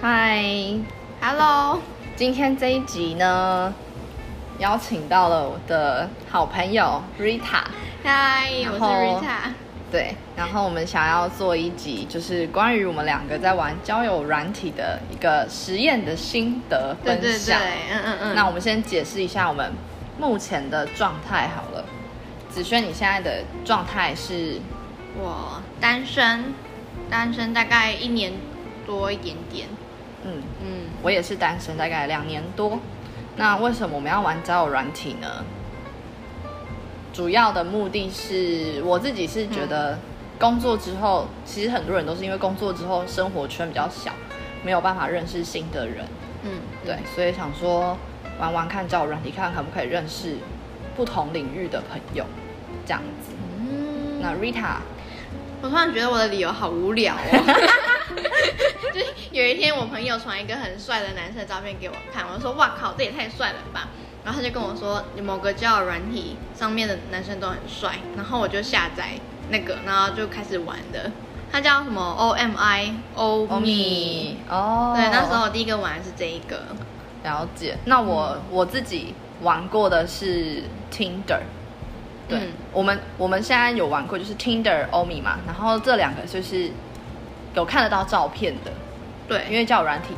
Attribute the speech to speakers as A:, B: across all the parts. A: 嗨，Hello，今天这一集呢，邀请到了我的好朋友 Rita，
B: 嗨，我是
A: 然后
B: Rita。
A: 对，然后我们想要做一集，就是关于我们两个在玩交友软体的一个实验的心得
B: 对
A: 分
B: 对对
A: 享。，
B: 嗯嗯嗯。
A: 那我们先解释一下我们目前的状态好了。子轩，你现在的状态是
B: 我单身，单身大概一年多一点点。
A: 嗯，
B: 嗯，
A: 我也是单身大概两年多。那为什么我们要玩交友软体呢？主要的目的是我自己是觉
B: 嗯
A: 得工作之后，其实很多人都是因为工作之后生活圈比较小，没有办法认识新的人，
B: 嗯，
A: 对，所以想说玩玩看交友软体，看可不可以认识不同领域的朋友，这样子。
B: 嗯，
A: 那 Rita，
B: 我突然觉得我的理由好无聊哦。 就是有一天，我朋友传一个很帅的男生的照片给我看，我就说：“哇靠，这也太帅了吧！”然后他就跟我说，某个叫软体上面的男生都很帅，然后我就下载那个，然后就开始玩的。他叫什么？O M I O M I。
A: 哦，
B: 对，那时候我第一个玩的是这一个，
A: 了解。那我、
B: 嗯
A: 我自己玩过的是 Tinder，对、
B: 嗯
A: 我们我们现在有玩过，就是 Tinder、欧米嘛，然后这两个就是有看得到照片的，
B: 对，
A: 因为叫软体，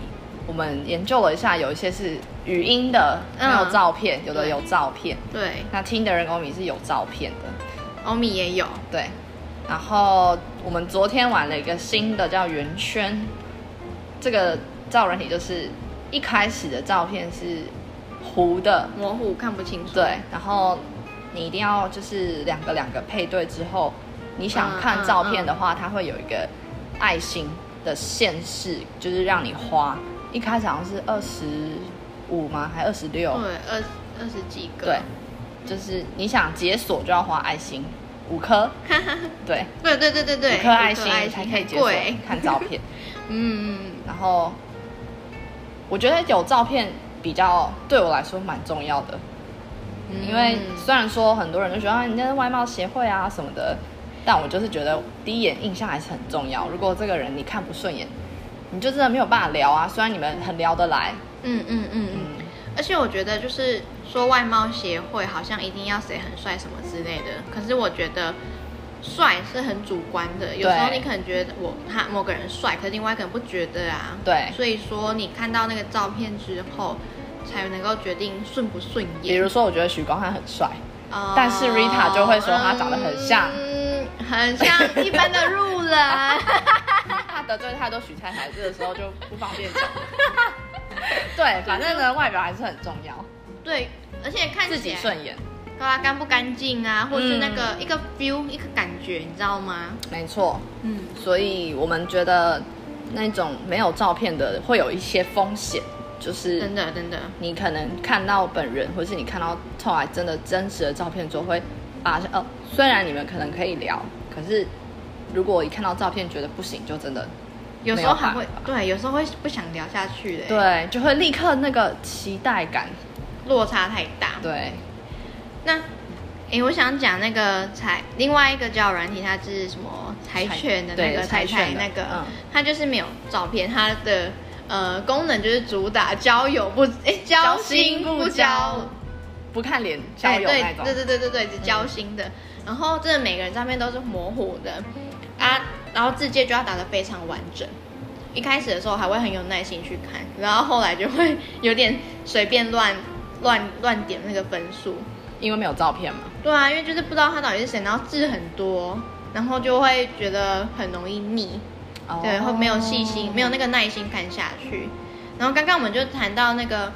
A: 我们研究了一下，有一些是语音的，没
B: 嗯
A: 有照片，有的
B: 对
A: 有照片。
B: 对，
A: 那 Tinder 跟欧米是有照片的，
B: 欧米也有，
A: 对。然后我们昨天玩了一个新的叫圆圈，这个照软体就是一开始的照片是糊的，
B: 模糊看不清楚。
A: 对，然后你一定要就是两个两个配对之后，你想
B: 嗯
A: 看
B: 嗯
A: 照片
B: 嗯
A: 的话，它会有一个爱心的限式，就是让你花。一开始好像是二十五吗？还二十六？
B: 对，二二十几个。
A: 对，就是你想解锁就要花爱心五 颗，对，
B: 对对对对对，
A: 五颗爱心
B: 五颗爱
A: 才
B: 心
A: 可以
B: 很
A: 解锁
B: 贵。
A: 看照片。
B: 嗯，
A: 然后我觉得有照片比较对我来说蛮重要的，
B: 嗯
A: 因为虽然说很多人都觉得啊，你那是外貌协会啊什么的，但我就是觉得第一眼印象还是很重要。如果这个人你看不顺眼，你就真的没有办法聊啊。虽然你们很聊得来，
B: 嗯嗯嗯嗯，
A: 嗯，
B: 而且我觉得就是说外貌协会好像一定要谁很帅什么之类的，可是我觉得。帅是很主观的，有时候
A: 对
B: 你可能觉得我他某个人帅，可是另外一个人不觉得啊。
A: 对
B: 所以说你看到那个照片之后，才能够决定顺不顺眼。呃
A: 比如说我觉得许光汉很帅，但是 Rita 就会说他长得很像
B: 嗯，很像一般的路人。
A: 他 得罪太多许太太，这个时候就不方便讲。 对，反正呢，外表还是很重要，
B: 对，而且看
A: 自
B: 起
A: 己
B: 来
A: 顺眼，
B: 对啊，干不干净啊，或是那个
A: 嗯
B: 一个 feel 一个感觉，你知道吗？
A: 没错。
B: 嗯，
A: 所以我们觉得那种没有照片的会有一些风险，就是
B: 真的真的，
A: 你可能看到本人，或是你看到后来真的真实的照片之后，会发现哦，虽然你们可能可以聊，可是如果一看到照片觉得不行，就真的
B: 有时候
A: 没有办
B: 还
A: 法
B: 会对，有时候会不想聊下去的，，欸
A: 对，就会立刻那个期待感，
B: 落差太大。
A: 对，
B: 那诶，我想讲那个柴，另外一个叫软体，它是什么柴犬的
A: 对
B: 那个
A: 柴
B: 柴
A: 犬
B: 犬
A: 的
B: 那个
A: 嗯，
B: 它就是没有照片，它的呃功能就是主打交友不诶交心不交，，
A: 不看脸交
B: 哎
A: 友那种，嗯
B: 对对对对对，是交心的。然后真的每个人照片都是模糊的啊，然后字界就要打得非常完整。一开始的时候还会很有耐心去看，然后后来就会有点随便乱 乱乱点那个分数。
A: 因为没有照片嘛，
B: 对啊，因为就是不知道他到底是谁，然后字很多，然后就会觉得很容易腻，对，会没有细
A: 哦
B: 心，没有那个耐心看下去。然后刚刚我们就谈到那个，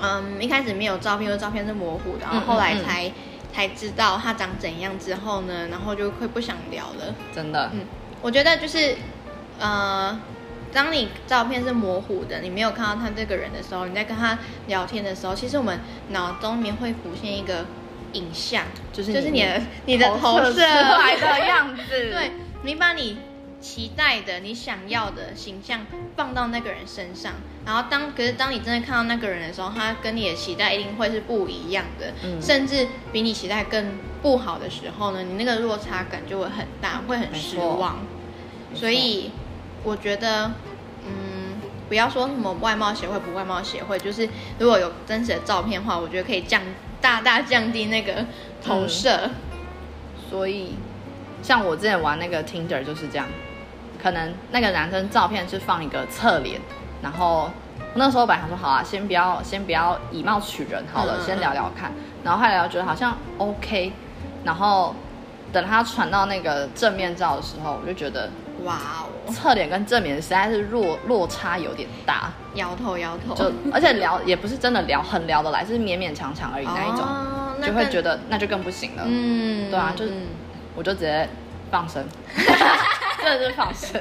B: 嗯，一开始没有照片，因为照片是模糊的，然后后来
A: 嗯嗯
B: 才、才知道他长怎样之后呢，然后就会不想聊了。
A: 真的，
B: 嗯，我觉得就是，呃，当你照片是模糊的，你没有看到他这个人的时候，你在跟他聊天的时候，其实我们脑中里面会浮现一个影像，
A: 就是你
B: 就是你的你的投射
A: 出 来的样子，
B: 对，你把你期待的、你想要的形象放到那个人身上，然后当可是当你真的看到那个人的时候，他跟你的期待一定会是不一样的，
A: 嗯
B: 甚至比你期待更不好的时候呢，你那个落差感就会很大，会很
A: 没
B: 失
A: 错
B: 望。
A: 没错
B: 所以我觉得，嗯，不要说什么外貌协会不外貌协会，就是如果有真实的照片的话，我觉得可以降大大降低那个
A: 嗯
B: 投射。
A: 所以像我之前玩那个 Tinder 就是这样，可能那个男生照片是放一个侧脸，然后那时候本来想说好啊，先不要先不要以貌取人好了，
B: 嗯嗯嗯
A: 先聊聊看，然后后来聊觉得好像 OK，然后等他传到那个正面照的时候，我就觉得
B: 哇哦，
A: 侧脸跟正面实在是落落差有点大，
B: 摇头摇头，
A: 就而且聊也不是真的聊很聊得来，是勉勉强强而已那一种，
B: 哦、那
A: 就会觉
B: 得
A: 得那就更不行了。
B: 嗯，
A: 对啊就是
B: 嗯
A: 我就直接放 生，真的是放生，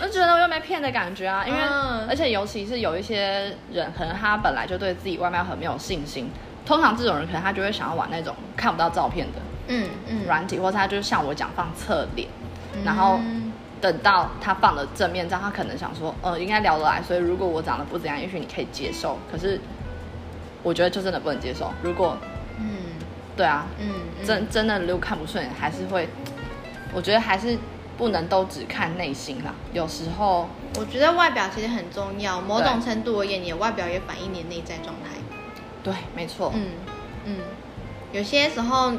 A: 我就觉得我又没骗的感觉啊，因为、
B: 嗯
A: 而且尤其是有一些人，可能他本来就对自己外貌很没有信心，通常这种人可能他就会想要玩那种看不到照片的
B: 嗯嗯
A: 软体，或者他就是像我讲放侧脸，然后
B: 嗯
A: 等到他放了正面照，他可能想说，呃，应该聊得来，所以如果我长得不怎样，也许你可以接受，可是我觉得就真的不能接受，如果
B: 嗯
A: 对啊，
B: 嗯，嗯
A: 真真的如果看不顺眼，还是会，我觉得还是不能都只看内心啦。有时候，
B: 我觉得外表其实很重要，某
A: 对
B: 种程度而言，你的外表也反映你的内在状态。
A: 对，没错，
B: 嗯嗯，有些时候，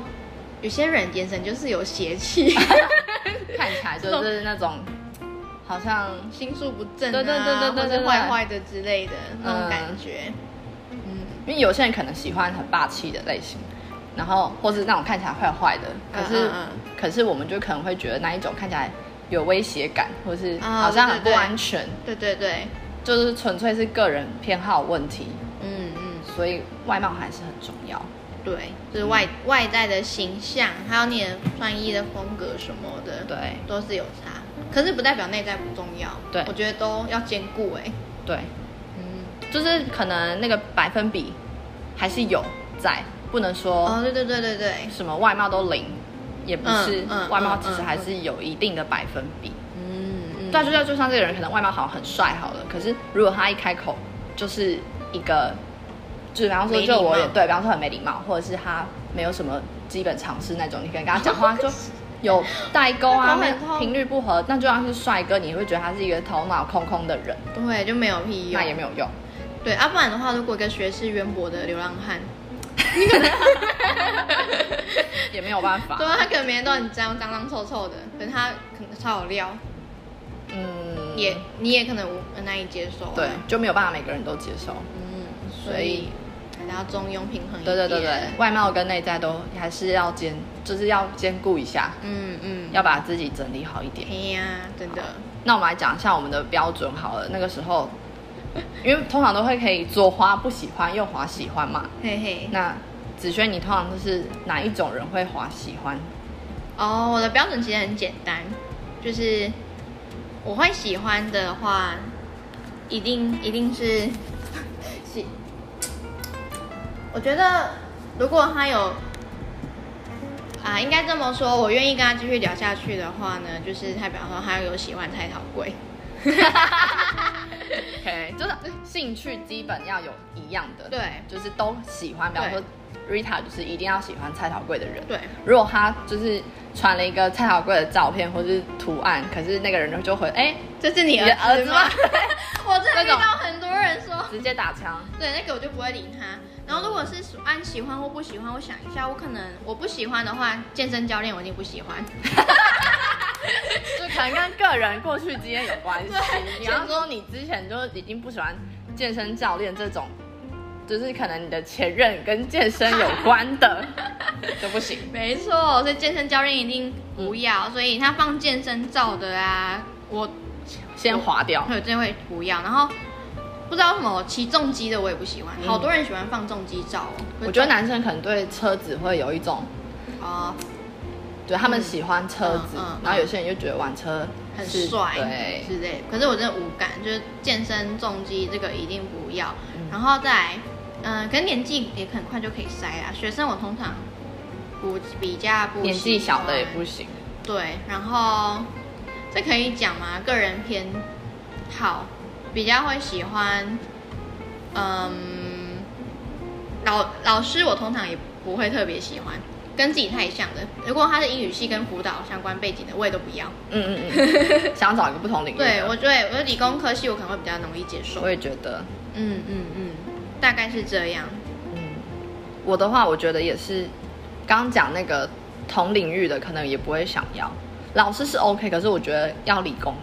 B: 有些人眼神就是有邪 气，
A: 看起来就是那种好像
B: 心术不正、啊，
A: 对对对对对嗯对
B: 或
A: 对
B: 者坏坏的之类的那种感觉。
A: 因为有些人可能喜欢很霸气的类型，然后或是那种看起来坏坏的，可是、
B: 嗯嗯
A: 可是我们就可能会觉得那一种看起来有威胁感，或是
B: 啊
A: 好像
B: 对
A: 很不
B: 对对
A: 安全，
B: 对对对，
A: 就是纯粹是个人偏好问题，
B: 嗯嗯，
A: 所以外貌还是很重要。
B: 对，就是外、外在的形象，还有你的穿衣的风格什么的，，
A: 对
B: 都是有差。可是不代表内在不重要，
A: 对
B: 我觉得都要兼顾哎、
A: 对，
B: 嗯，
A: 就是可能那个百分比还是有在，不能
B: 哦，
A: 说
B: 对对对对对，
A: 什么外貌都零，也不是
B: 嗯嗯
A: 外貌
B: 嗯
A: 其实
B: 嗯
A: 还是有一定的百分比。
B: 嗯嗯，
A: 对啊，就像就像这个人可能外貌好很帅好了，可是如果他一开口就是一个，就是比方说
B: 没礼
A: 就我也
B: 貌
A: 对，比方说很没礼貌，或者是他没有什么基本常识那种，你可能跟他讲话就。有代沟啊，
B: 那头
A: 没
B: 很
A: 有
B: 痛
A: 频率不合，那就算是帅哥，你会觉得他是一个头脑空空的人，
B: 对，就没有屁用，
A: 那也没有 用。
B: 对，啊，不然的话，如果一个学识渊博的流浪汉，
A: 也没有办法。
B: 对啊，他可能每天都很脏脏脏臭臭的，可是他可能超有料，
A: 嗯，
B: 也你也可能无难以接受啊。
A: 对，就没有办法每个人都接受。
B: 嗯，
A: 所
B: 所
A: 以
B: 以还是要中庸平衡一点。
A: 对对对对，外貌跟内在都还是要兼，就是要兼顾一下，
B: 嗯嗯，
A: 要把自己整理好一点。
B: 嘿呀，真的，
A: 那我们来讲一下我们的标准好了，那个时候，因为通常都会可以左滑不喜欢，右滑喜欢嘛。
B: 嘿嘿。
A: 那子轩，你通常都是哪一种人会滑喜欢？
B: 哦，我的标准其实很简单，就是我会喜欢的话，一定一定是 喜。我觉得如果他有啊，应该这么说，我愿意跟他继续聊下去的话呢，就是代表说他有喜欢蔡桃贵。
A: OK，就是兴趣基本要有一样的，
B: 对
A: 就是都喜欢。比方说 Rita 就是一定要喜欢蔡桃贵的人，
B: 对，
A: 如果他就是传了一个蔡小贵的照片或是图案，可是那个人就会哎、
B: 这是你
A: 你的
B: 儿
A: 儿
B: 子
A: 子
B: 吗
A: 吗？
B: 我真的遇
A: 那种
B: 到很多人说，
A: 直接打枪，
B: 对，那个我就不会理他。然后如果是按喜欢或不喜欢，我想一下，我可能我不喜欢的话，健身教练我一定不喜欢。
A: 就可能跟个人过去经验有关系。比方说你之前就已经不喜欢健身教练这种，就是可能你的前任跟健身有关 的就不行。
B: 没错，所以健身教练一定
A: 嗯
B: 不要，所以他放健身照的啊，我
A: 先划掉，
B: 我真会不要。然后不知道为什么骑重机的我也不喜欢，好多人喜欢放重机照哦。
A: 嗯我觉得男生可能对车子会有一种，
B: 啊、
A: 对他们喜欢车子，
B: 嗯嗯嗯
A: 然后有些人就觉得玩车
B: 很
A: 是
B: 帅
A: 对，
B: 之类的，可是我真的无感，就是健身重机这个一定不要。然后再来，嗯、可能年纪也很快就可以筛啦。学生我通常不比较不
A: 年纪小的也
B: 喜欢
A: 不行。
B: 对，然后这可以讲吗？个人偏好，比较会喜欢，嗯，老老师我通常也不会特别喜欢，跟自己太像的。如果他是英语系跟辅导相关背景的，我也都不要。
A: 嗯嗯嗯， 想找一个不同领域的。
B: 对我觉得我觉得理工科系我可能会比较容易接受。
A: 我也觉得，
B: 嗯嗯嗯，大概是这样。
A: 嗯，我的话，我觉得也是，刚讲那个同领域的，可能也不会想要。老师是 OK，可是我觉得要理工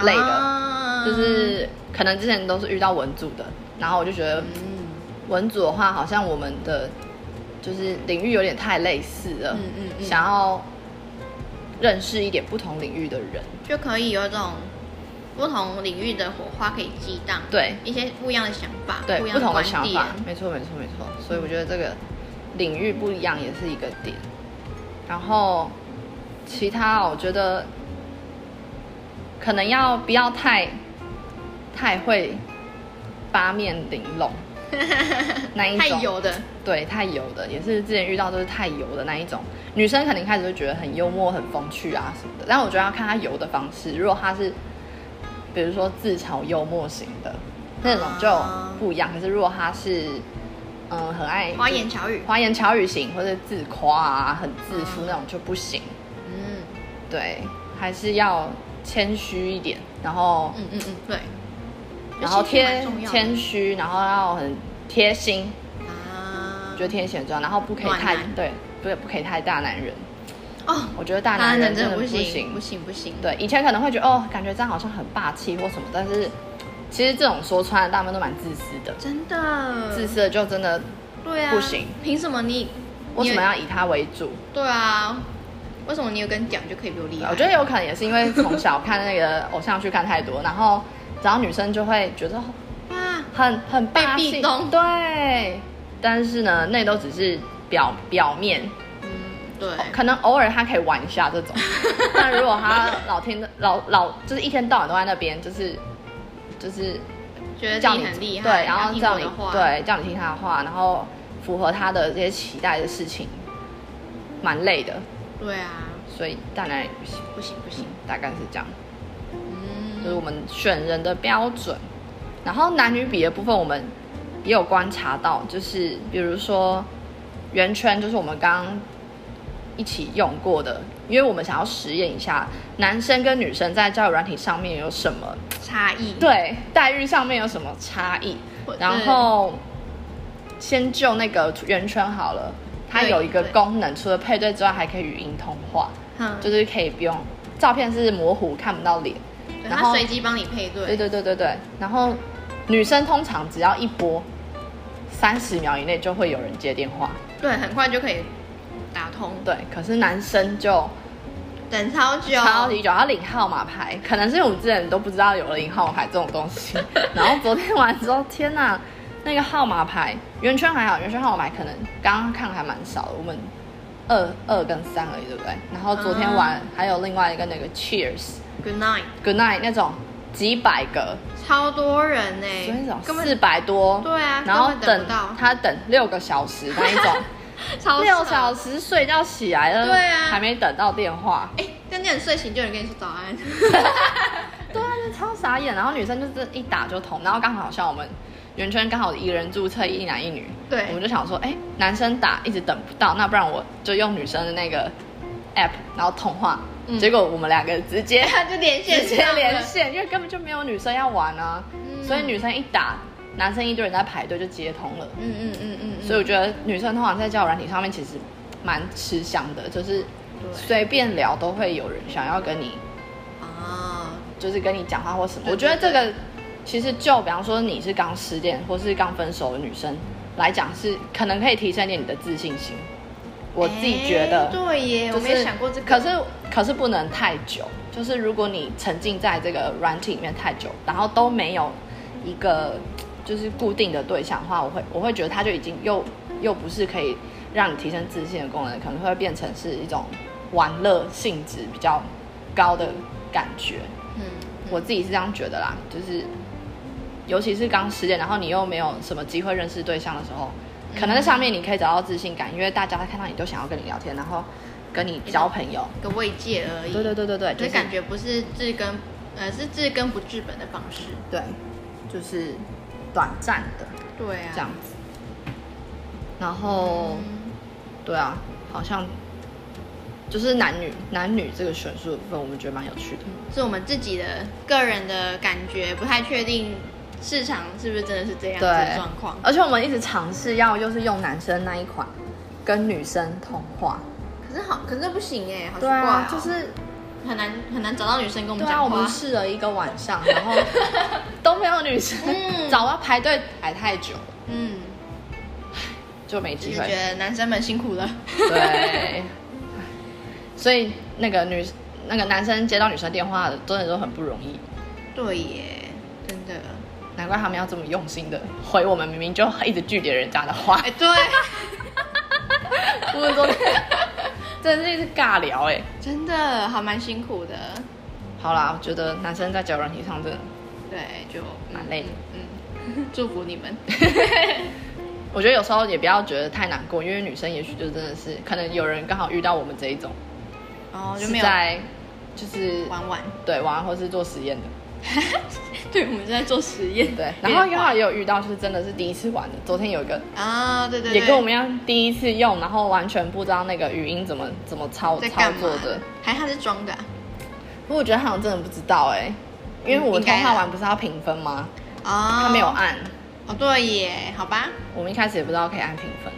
A: 类的，
B: 啊
A: 就是可能之前都是遇到文组的，然后我就觉得
B: 嗯
A: 文组的话，好像我们的就是领域有点太类似了，
B: 嗯嗯嗯
A: 想要认识一点不同领域的人，
B: 就可以有一种不同领域的火花可以激荡，
A: 对
B: 一些不一样的想法，
A: 对，
B: 不一
A: 不
B: 样
A: 同的
B: 观
A: 想
B: 点
A: 法，没错没错没错，所以我觉得这个领域不一样也是一个点，然后其他哦我觉得可能要不要太太会八面玲 珑那一种，
B: 太油的，
A: 对，太油的，也是之前遇到都是太油的那一种。女生肯定开始会觉得很幽默、很风趣啊什么的，但我觉得要看她油的方式。如果她是，比如说自嘲幽默型的那种就不一样。可是如果她是，嗯，很爱
B: 花言巧语。
A: 花言巧语型，或者自夸啊、很自负那种就不行。
B: 嗯
A: 对，还是要谦虚一点，然后
B: 嗯嗯嗯，对。
A: 然后
B: 就兴趣
A: 贴
B: 蛮重要的
A: 谦虚，然后要很贴心，
B: 啊
A: 我觉得天选妆，然后不可以
B: 暖
A: 太
B: 男
A: 对，不是不可以太大男人。
B: 哦，
A: 我觉得大
B: 当
A: 男
B: 然
A: 人
B: 人
A: 真
B: 真
A: 的
B: 的
A: 不
B: 不
A: 行
B: 行，啊不。行不行。
A: 对，以前可能会觉得哦，感觉这样好像很霸气或什么，但是其实这种说穿了，大部分都蛮自私的。
B: 真的，
A: 自私的就真的，
B: 对啊，
A: 不行。
B: 凭什么你？
A: 为
B: 你
A: 什么要以他为主？
B: 对啊，为什么你有跟讲就可以比我厉害？
A: 我觉得有可能也是因为从小看那个偶像剧看太多，然后然后女生就会觉得
B: 得啊，
A: 很很霸
B: 被
A: 气
B: 壁咚，
A: 对。但是呢，那都只是表表面，
B: 嗯，对，
A: 可能偶尔他可以玩一下这 种，但如果他老天老老就是一天到晚都在那边，就是就是
B: 觉得
A: 叫
B: 自己很厉害，
A: 对，然
B: 要
A: 后
B: 听
A: 叫
B: 我
A: 你
B: 的话，
A: 对叫你听他的话，然后符合他的这些期待的事情，蛮累的，
B: 对啊，
A: 所以当然也不行，
B: 不行不行，
A: 大概是这样，就是
B: 嗯，
A: 我们选人的标准。然后男女比的部分，我们也有观察到，就是比如说圆圈，就是我们刚刚一起用过的，因为我们想要实验一下男生跟女生在交友软体上面有什么
B: 差异，
A: 对待遇上面有什么差异
B: 我。
A: 然后先就那个圆圈好了，它
B: 对
A: 有一个
B: 对
A: 功能，除了配对之外，还可以语音通话，
B: 哼，
A: 就是可以不用照片是模糊看不到脸。
B: 对
A: 然
B: 他
A: 后
B: 随机帮你配
A: 对
B: 对，
A: 对对对对，然后女生通常只要一拨三十秒以内就会有人接电话，
B: 对，很快就可以打通，
A: 对。可是男生就
B: 等超久，
A: 超级久，要领号码牌，可能是因为我们之前都不知道有了领号码牌这种东西。然后昨天玩之后，天哪，那个号码牌圆圈还好，圆圈号码牌可能刚刚看还蛮少的，我们二二跟三而已，对不对？然后昨天玩、
B: 啊
A: 还有另外一个那个 Cheers、
B: Good night，
A: Good Night 那种几百个，
B: 超多人呢、
A: 所以那
B: 根
A: 种
B: 本
A: 四百多，
B: 对啊
A: 然后
B: 根本等
A: 等
B: 不到
A: 他等六个小时那一种，
B: 超
A: 六小
B: 少。
A: 时睡觉起来了，
B: 对啊
A: 还没等到电话。
B: 哎、但那人睡醒就有人跟你说 早安，
A: 对啊，就超傻眼。然后女生就是一打就通，然后刚好像我们圆圈刚好一人注册一男一女，
B: 对
A: 我们就想说，哎、男生打一直等不到，那不然我就用女生的那个 app，然后通话。
B: 嗯
A: 结果我们两个直 接
B: 他就连线
A: 直接
B: 上了
A: 连线，因为根本就没有女生要玩啊，
B: 嗯
A: 所以女生一打，男生一堆人在排队就接通了。
B: 嗯嗯嗯嗯嗯，
A: 所以我觉得女生通常在交友软体上面其实蛮吃香的，就是
B: 对
A: 随便聊都会有人想要跟你
B: 啊，
A: 就是跟你讲话或什么。
B: 对
A: 我觉得这
B: 对
A: 个其实就比方说你是刚失恋或是刚分手的女生来讲，是可能可以提升一点你的自信心。我自己觉得，
B: 哎对
A: 就
B: 耶，
A: 是
B: 我没有想过这个，
A: 可是可是不能太久，就是如果你沉浸在这个软体里面太久，然后都没有一个就是固定的对象的话，我会我会觉得它就已经又又不是可以让你提升自信的功能，可能会变成是一种玩乐性质比较高的感觉。
B: 嗯，
A: 我自己是这样觉得啦，就是尤其是刚失恋，然后你又没有什么机会认识对象的时候，可能在上面你可以找到自信感，因为大家看到你都想要跟你聊天，然后跟你交朋友。
B: 一个慰藉而已，
A: 对对对对对，
B: 嗯就
A: 就是
B: 感觉不是治根，呃，是治根不治本的方式，
A: 对，就是短暂的
B: 对啊，
A: 这样子。然后
B: 嗯，
A: 对啊，好像就是男女男女这个选术的部分，我们觉得蛮有趣的。
B: 是我们自己的个人的感觉，不太确定市场是不是真的是这样子的
A: 对
B: 状况，。
A: 而且我们一直尝试要就是用男生那一款跟女生通话，
B: 可是好，可是不行哎、好奇
A: 对
B: 怪、哦
A: 啊，就是
B: 很难很难找到女生跟我们
A: 对啊，
B: 讲
A: 我
B: 话。
A: 们试了一个晚上，然后 都没有女生，
B: 嗯
A: 找到排队排太久了
B: 嗯，
A: 就没
B: 只
A: 机
B: 是
A: 会
B: 觉。得男生们辛苦了。
A: 对，所以那个女那个男生接到女生电话的，真的都很不容易，
B: 对耶，真的。
A: 难怪他们要这么用心的回我们，明明就一直拒绝人家的话
B: 哎、，对，
A: 不是说 真的是一直尬聊哎、
B: 真的还蛮辛苦的。
A: 好啦，我觉得男生在交友软体上真的，
B: 对，就
A: 蛮累的。
B: 嗯嗯，嗯祝福你们。
A: 我觉得有时候也不要觉得太难过，因为女生也许就真的是，可能有人刚好遇到我们这一种，
B: 然后哦就是没有
A: 在就是
B: 玩玩。
A: 对玩或是做实验的，
B: 对，我们正在做实验。
A: 对。然后刚好也有遇到就是真的是第一次玩的，昨天有一个
B: 啊，对对对，
A: 也跟我们一样第一次用，然后完全不知道那个语音怎么怎么操
B: 在
A: 操
B: 干嘛
A: 作的。，
B: 还他是装的啊、
A: 不过我觉得他好像真的不知道哎、因为我
B: 应
A: 们
B: 该
A: 通
B: 啊
A: 话完不是要评分吗？
B: 哦，
A: 他没有。按，
B: 哦，对耶，好吧，
A: 我们一开始也不知道可以按评分，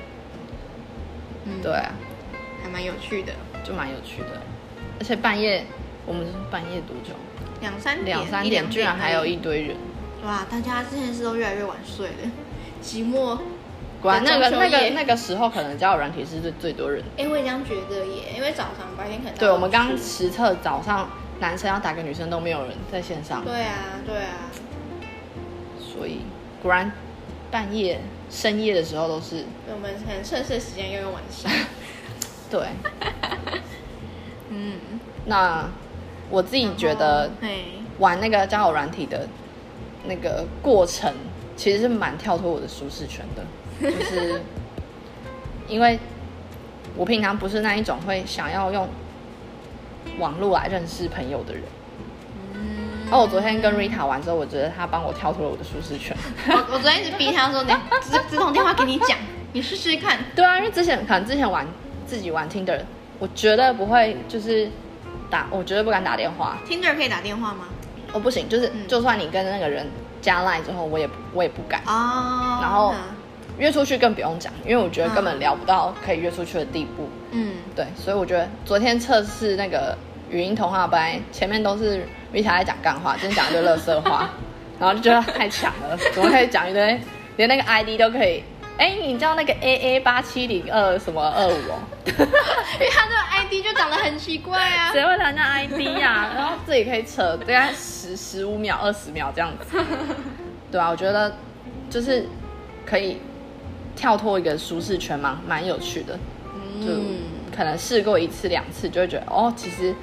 B: 嗯，
A: 对，啊，
B: 还蛮有趣的。
A: 就蛮有趣的。而且半夜我们是半夜多久？
B: 两三点，
A: 两三
B: 一
A: 点居然还有
B: 而已
A: 一堆人，
B: 哇！大家这件事都越来越晚睡了，寂寞。
A: 果然那个
B: 中秋
A: 那个
B: 夜
A: 那个时候可能交友软体是最最多人的。
B: 哎、我也这样觉得耶，因为早上白天可能
A: 对，我们刚
B: 到
A: 刚
B: 处
A: 实测早上男生要打给女生都没有人在线上，
B: 对啊，对啊，
A: 所以果然半夜深夜的时候都是
B: 所以我们可能趁睡时间又用晚 上。
A: 对。
B: 嗯，
A: 那我自己觉得
B: 哦嘿，
A: 玩那个交友软体的那个过程，其实是蛮跳脱我的舒适圈的，就是 因为我平常不是那一种会想要用网络来认识朋友的人。哦
B: 嗯，
A: 而我昨天跟 Rita 玩之后，我觉得她帮我跳脱了我的舒适圈。
B: 我我昨天一直逼他说，你这这通电话给你讲，你试试看。
A: 对啊，因为之前可能之前玩自己玩 Tinder，我绝对不会就是打，我绝对不敢打电话，
B: Tinder 可以打电话吗？
A: 我不行，就是、
B: 嗯
A: 就算你跟那个人加 line 之后，我也不我也不敢。
B: 哦，
A: 然后
B: 嗯
A: 约出去更不用讲，因为我觉得根本聊不到可以约出去的地步。
B: 嗯，
A: 对，所以我觉得昨天测试那个语音通话班，前面都是 Rita 在讲干话，真讲就乐色话，然后就觉得太强了，怎么可以讲一堆，连那个 ID 都可以。哎，你知道那个 AA 八七零二什么二五哦？
B: 因为他的 ID 就长得很奇怪啊。
A: 谁会谈那啊 ID 呀、 然后自己可以扯大概十十五秒、二十秒这样 子。对啊，我觉得就是可以跳脱一个舒适圈，蛮蛮有趣的。就
B: 嗯，
A: 可能试过一次两次，就会觉得哦，其实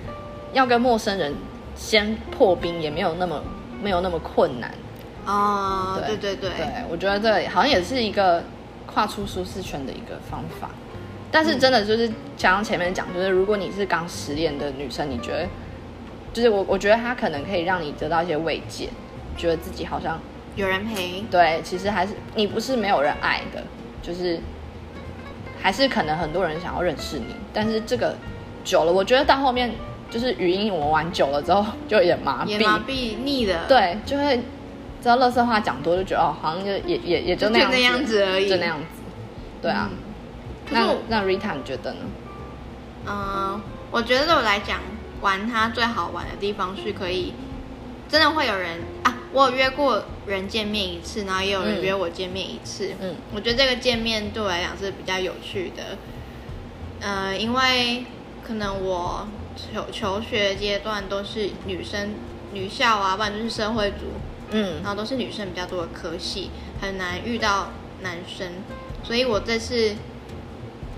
A: 要跟陌生人先破冰也没有那么没有那么困难。
B: 哦，对对对，
A: 对，我觉得这好像也是一个跨出舒适圈的一个方法。但
B: 嗯
A: 是真的就是像前面讲，就是如果你是刚失恋的女生，你觉得，就是我我觉得它可能可以让你得到一些慰藉，觉得自己好像
B: 有人陪。
A: 对，其实还是你不是没有人爱的，就是还是可能很多人想要认识你，但是这个久了，我觉得到后面就是语音我们玩久了之后就有点麻
B: 也
A: 痹，
B: 麻痹腻了，，
A: 对，就会知道乐色话讲多就觉得哦，好像就也也也就
B: 就
A: 那样
B: 那样子而已嗯
A: 就那样子。对啊，
B: 可是
A: 那
B: 我
A: 那 Rita 你觉得呢？
B: 嗯，我觉得对我来讲，玩它最好玩的地方是可以，真的会有人啊，我有约过人见面一次，然后也有人
A: 嗯
B: 约我见面一次。
A: 嗯
B: 我觉得这个见面对我来讲是比较有趣的，呃，因为可能我求求学阶段都是女生女校啊，不然就是社会组，
A: 嗯
B: 然后都是女生比较多的科系，很难遇到男生，所以我这次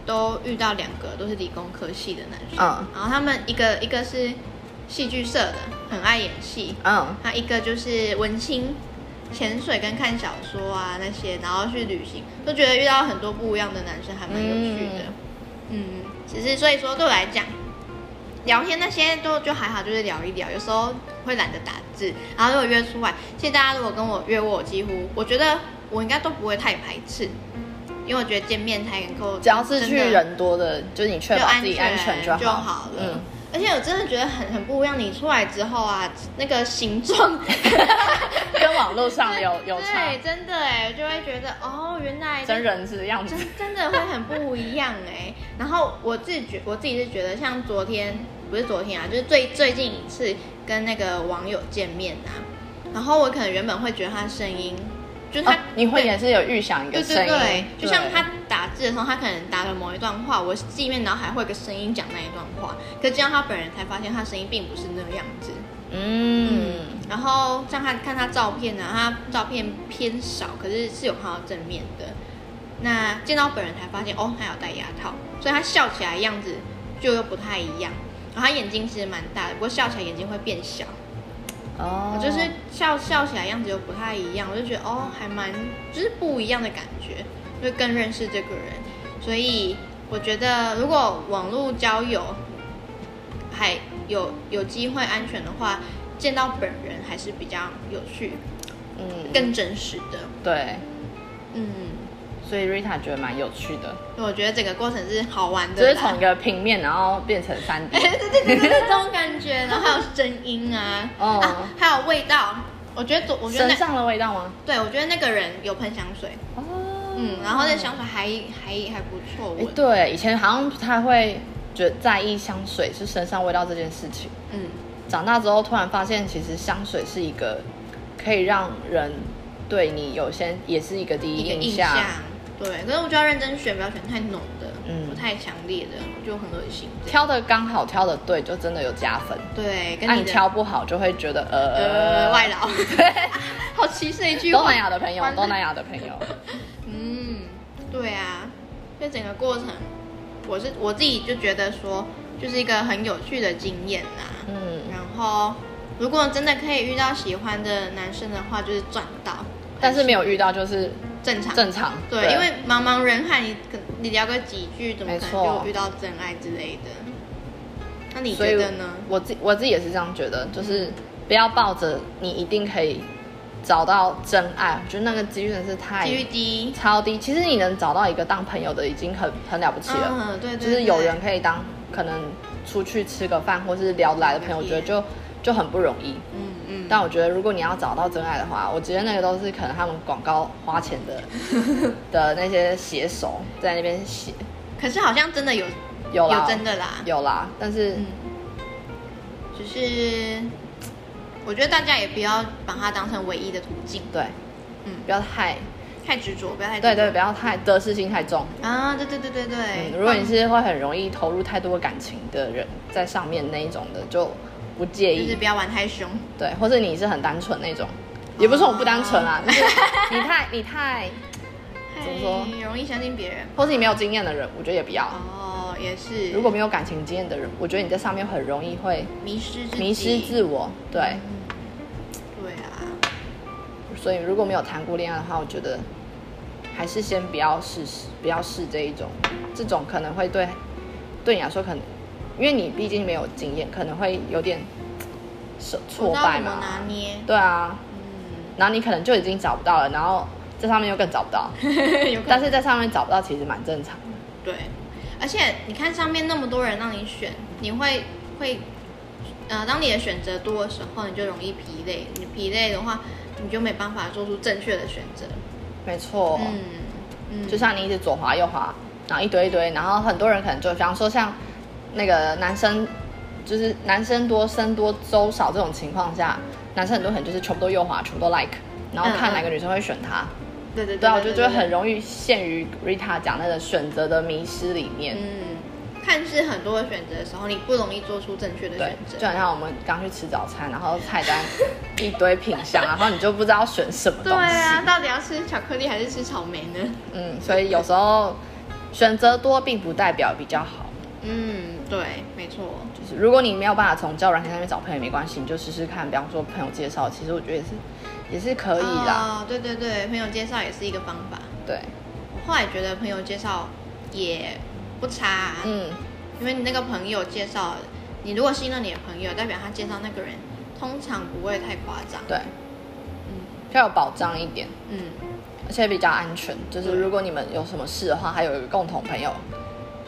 B: 都遇到两个都是理工科系的男生，
A: 嗯
B: 然后他们一个一个是戏剧社的，很爱演戏，
A: 嗯
B: 他一个就是文青，潜水跟看小说啊那些，然后去旅行，都觉得遇到很多不一样的男生，还蛮有趣的。嗯，只是所以说对我来讲，聊天那些都就还好，就是聊一聊，有时候会懒得打字，然后如果约出来，其实大家如果跟我约我，几乎我觉得我应该都不会太排斥，因为我觉得见面才能够
A: 只要是去
B: 真的
A: 人多的，就是你确
B: 就
A: 保
B: 安
A: 自己安全
B: 就
A: 好。
B: 好了。
A: 嗯，
B: 而且我真的觉得很很不一样，你出来之后啊，那个形状
A: 跟网络上有有差
B: 对，，真的哎，就会觉得哦，原来
A: 真人是样 子
B: 真。真的会很不一样哎。然后我自己觉我自己是觉得，像昨天不是昨天啊，就是最最近一次跟那个网友见面啊，然后我可能原本会觉得他声音，就是他、
A: 哦你会
B: 对
A: 也是有预想一个
B: 对
A: 声
B: 对
A: 音，
B: 对，就像
A: 对
B: 他打字的时候，他可能打了某一段话，我记里面脑海会有个声音讲那一段话，可见到他本人才发现他声音并不是那样子。
A: 嗯，
B: 然后像他看他照片呢、啊他照片偏少，可是是有看到正面的。那见到本人才发现，哦，他有戴牙套，所以他笑起来样子就又不太一样。然后他眼睛其实蛮大的，不过笑起来眼睛会变小，
A: 哦
B: 我就是笑笑起来样子又不太一样，我就觉得哦，还蛮就是不一样的感觉，就更认识这个人。所以我觉得，如果网络交友还有有机会安全的话，见到本人还是比较有趣、
A: 嗯
B: 更真实的。
A: 对，
B: 嗯，
A: 所以 Rita 觉得蛮有趣的，
B: 所以我觉得整个过程是好玩的
A: 就
B: 啦，
A: 是从一个平面然后变成三 D，
B: 对对对对对，这种感觉，然后还有声音啊，
A: 哦
B: 啊还有味道。我觉得昨 我觉
A: 身
B: 得那
A: 上的味道吗？
B: 对我觉得那个人有喷香水。
A: 哦，
B: 嗯，然后那香水还还还不错
A: 哎
B: 闻，，
A: 对，以前好像不太会觉得在意香水是身上味道这件事情，
B: 嗯，
A: 长大之后突然发现，其实香水是一个可以让人对你有些也是一个第一
B: 一个印
A: 印
B: 象
A: 象。，
B: 对。可是我就要认真选，不要选太浓的，
A: 嗯
B: 嗯，不太强烈的，我就很恶心。
A: 挑的刚好，挑的对，就真的有加分。
B: 对，跟
A: 那
B: 你
A: 你
B: 的
A: 挑不好，就会觉得呃
B: 呃外劳， 好歧视的一句话。
A: 东南亚的朋友，
B: 完了
A: 东南亚的朋友，
B: 嗯，对啊，这整个过程，我是我自己就觉得说，就是一个很有趣的经验呐、
A: 嗯，
B: 然后，如果真的可以遇到喜欢的男生的话，就是赚到，
A: 但是没有遇到就是
B: 正常
A: 正常。
B: 对，因为茫茫人海，你可你聊个几句，怎么可
A: 没
B: 能
A: 错
B: 就遇到真爱之类的？那你
A: 所以
B: 觉得呢？嗯
A: 我自我自己也是这样觉得，就是不要抱着你一定可以找到真爱，我觉得那个几率真的是太
B: 几率低，
A: 超低。其实你能找到一个当朋友的已经很很了不起了，
B: 嗯，对对
A: 就是有
B: 对
A: 人可以当可能出去吃个饭或是聊得来的朋友，我觉得就就很不容易。
B: 嗯嗯，
A: 但我觉得如果你要找到真爱的话，我觉得那个都是可能他们广告花钱 的的那些写手在那边写，
B: 可是好像真的有
A: 有啦，
B: 真的啦，
A: 有啦，但是
B: 嗯，只是我觉得大家也不要把它当成唯一的途径，
A: 对，
B: 嗯
A: 不要太
B: 太执着，不要太执
A: 对
B: 着
A: 对，不要太得失心太重。
B: 啊，对对对对对
A: 嗯，，如果你是会很容易投入太多感情的人，在上面那一种的就不介
B: 就
A: 意
B: 是，不要玩太凶，
A: 对，或者你是很单纯那种，
B: 哦
A: 也不是我不单纯 啊，就是你太你太，怎么说
B: 太容易相信别人
A: 或是你没有经验的人，我觉得也不要。
B: 哦，也是，
A: 如果没有感情经验的人，我觉得你在上面很容易会
B: 迷失
A: 迷失自我，对。
B: 对啊，
A: 所以如果没有谈过恋爱的话，我觉得还是先不要试试，不要试这一种，这种可能会对对你来说可能，因为你毕竟没有经验，可能会有点受挫
B: 我知道
A: 败
B: 怎么
A: 嘛。
B: 拿捏，
A: 对啊，
B: 嗯，
A: 然后你可能就已经找不到了，然后在上面又更找不 到，
B: 有可能
A: 但是在上面找不到其实蛮正常的。
B: 对，而且你看上面那么多人让你选，你会会，呃，当你的选择多的时候，你就容易疲累，你疲累的话，你就没办法做出正确的选择，
A: 没错，
B: 嗯嗯，
A: 就像你一直左滑右滑，然后一堆一堆，然后很多人可能就，比方说像那个男生，就是男生多生多粥少这种情况下，男生很多可能就是全部都右滑，全部都 like，然后看哪个女生会选他。
B: 对
A: 嗯
B: 对
A: 对啊，我就觉得很，容易陷于 Rita 讲那个选择的迷失里面。
B: 嗯，看似很多的选择的时候，你不容易做出正确的
A: 对
B: 选，择，
A: 就很像我们刚去吃早餐，然后菜单一堆品相，然后你就不知道选什么东
B: 对
A: 西。
B: 啊，到底要吃巧克力还是吃草莓呢？
A: 嗯，所以有时候选择多并不代表比较好。
B: 嗯，对，没错。
A: 就是如果你没有办法从交友软件上面找朋友也没关系，你就试试看，比方说朋友介绍，其实我觉得也是也是可以啦。
B: 哦，对对对，朋友介绍也是一个方法。
A: 对，
B: 我后来觉得朋友介绍也不差啊、
A: 嗯，
B: 因为你那个朋友介绍，你如果信任你的朋友，代表他介绍那个人通常不会太夸张。
A: 对，
B: 嗯
A: 要有保障一点。
B: 嗯，
A: 而且比较安全。就是
B: 对
A: 如果你们有什么事的话，还有一个共同朋友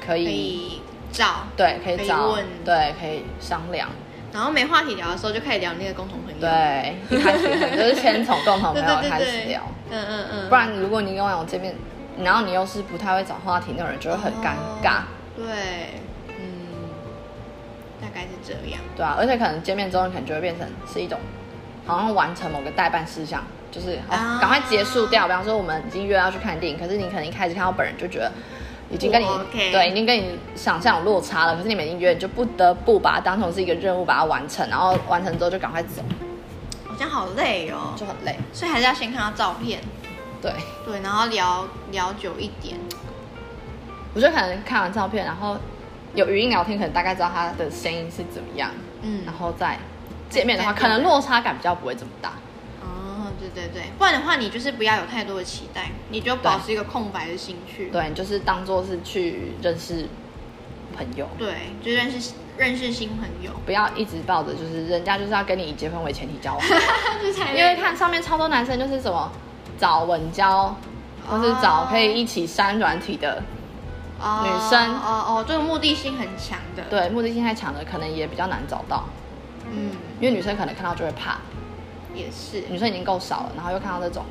A: 可以，
B: 可以找，
A: 对，可
B: 可
A: 以
B: 以
A: 找
B: 问，
A: 对，可以商量。
B: 然后没话题聊的时候就开始聊那个共同朋友，
A: 对， 一开始可能就是先从共同
B: 对
A: 朋
B: 嗯对
A: 友
B: 对
A: 开始
B: 对
A: 聊，，
B: 嗯嗯嗯，
A: 不然如果你跟网友见面，然后你又是不太会找话题那种人，就会很尴尬。
B: 哦对，嗯，大概是这样，
A: 对啊，而且可能见面之后，你可能就会变成是一种，好像完成某个代办事项，就是哦
B: 啊
A: 赶、快结束掉。比方说，我们已经约要去看电影，可是你可能一开始看到本人就觉得。已经跟你、
B: 不 OK
A: 对，已经跟你想象有落差了。可是你们已经约，你就不得不把它当成是一个任务，把它完成。然后完成之后就赶快走，
B: 好像好累哦，
A: 就很累。
B: 所以还是要先看到照片，
A: 对，
B: 对，然后聊聊久一点，
A: 我就可能看完照片，然后有语音聊天，可能大概知道他的声音是怎么样。
B: 嗯
A: 然后再见面的话，
B: 再
A: 可
B: 见
A: 能落差感比较不会这么大。
B: 哦，对对对，不然的话你就是不要有太多的期待，你就保持一个空白的心去。
A: 对，你就是当做是去认识朋友，
B: 对，就认识认识新朋 友，
A: 不要一直抱着就是人家就是要跟你以结婚为前提交往，
B: 这才
A: 因为看上面超多男生就是什么找稳交，或是找可以一起删软体的，
B: 哦
A: 女生
B: 哦哦，这个目的性很强的。，
A: 对，目的性太强的可能也比较难找到，
B: 嗯，
A: 因为女生可能看到就会怕，
B: 也是，
A: 女生已经够少了，然后又看到这种。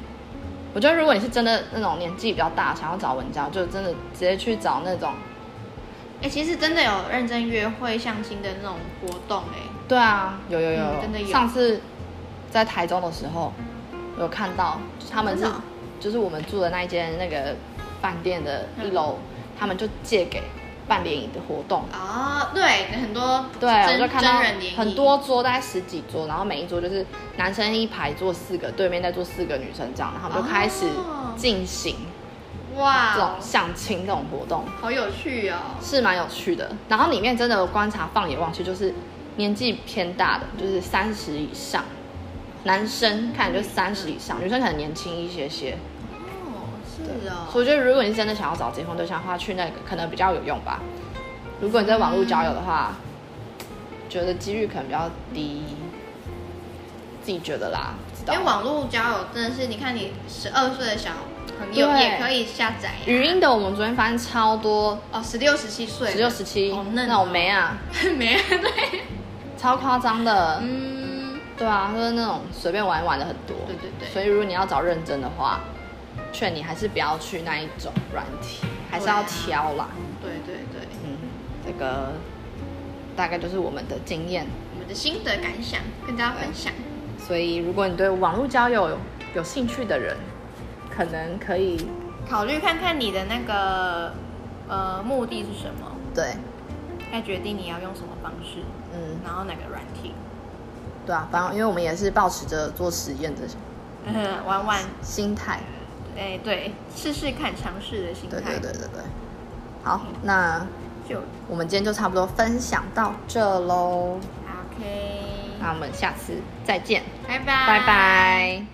A: 我觉得如果你是真的那种年纪比较大，想要找稳交，就真的直接去找那种，
B: 哎、其实真的有认真约会相亲的那种活动、哎，
A: 对啊，有有有
B: 嗯真的有
A: 上次在台中的时候，有看到就是他们是
B: 真的哦
A: 就是我们住的那一间那个饭店的一
B: 嗯
A: 楼，他们就借给办联谊的活动。啊
B: 哦，对，很多
A: 对，我
B: 真
A: 就看
B: 真人联谊
A: 到很多桌，大概十几桌，然后每一桌就是男生一排坐四个，对面再坐四个女生这样，然后他们就开始
B: 哦
A: 进行这种
B: 哇，
A: 相亲这种活动，
B: 好有趣哦，
A: 是蛮有趣的。然后里面真的有观察放眼望去，就是年纪偏大的，就是三十以上，男生看起来就三十以上，女生可能年轻一些些。
B: 哦，是哦，
A: 所以我觉得，如果你真的想要找结婚对象的话，去那个可能比较有用吧。如果你在网络交友的话，觉得几率可能比较低，自己觉得啦，不知
B: 因为
A: 道。
B: 哎网络交友真的是，你看你十二岁的小朋友
A: 对
B: 也可以下载呀、
A: 语音的我们昨天发现超多，
B: 哦，十六、十七岁，
A: 十六、十七
B: 好嫩哦
A: 那种没啊，
B: 没对，
A: 超夸张的。
B: 嗯，
A: 对啊，就是那种随便玩一玩的很多。
B: 对对对
A: 所以如果你要找认真的话，劝你还是不要去那一种软体，还是要
B: 啊
A: 挑啦。
B: 对对对，
A: 嗯，这个大概就是我们的经验。
B: 我们的心得感想跟大家分享。
A: 所以，如果你对网络交友有有兴趣的人，可能可以
B: 考虑看看你的那个呃目的是什么，
A: 对，
B: 再决定你要用什么方式，
A: 嗯，
B: 然后哪个软体，
A: 对啊，反正因为我们也是保持着做实验的
B: 嗯，玩 玩，
A: 心态，
B: 哎、对，试试看，尝试的心
A: 对
B: 态，
A: 对对对对。好，那
B: 就
A: 我们今天就差不多分享到这喽，
B: OK，
A: 那我们下次再见，
B: 拜拜，
A: 拜拜。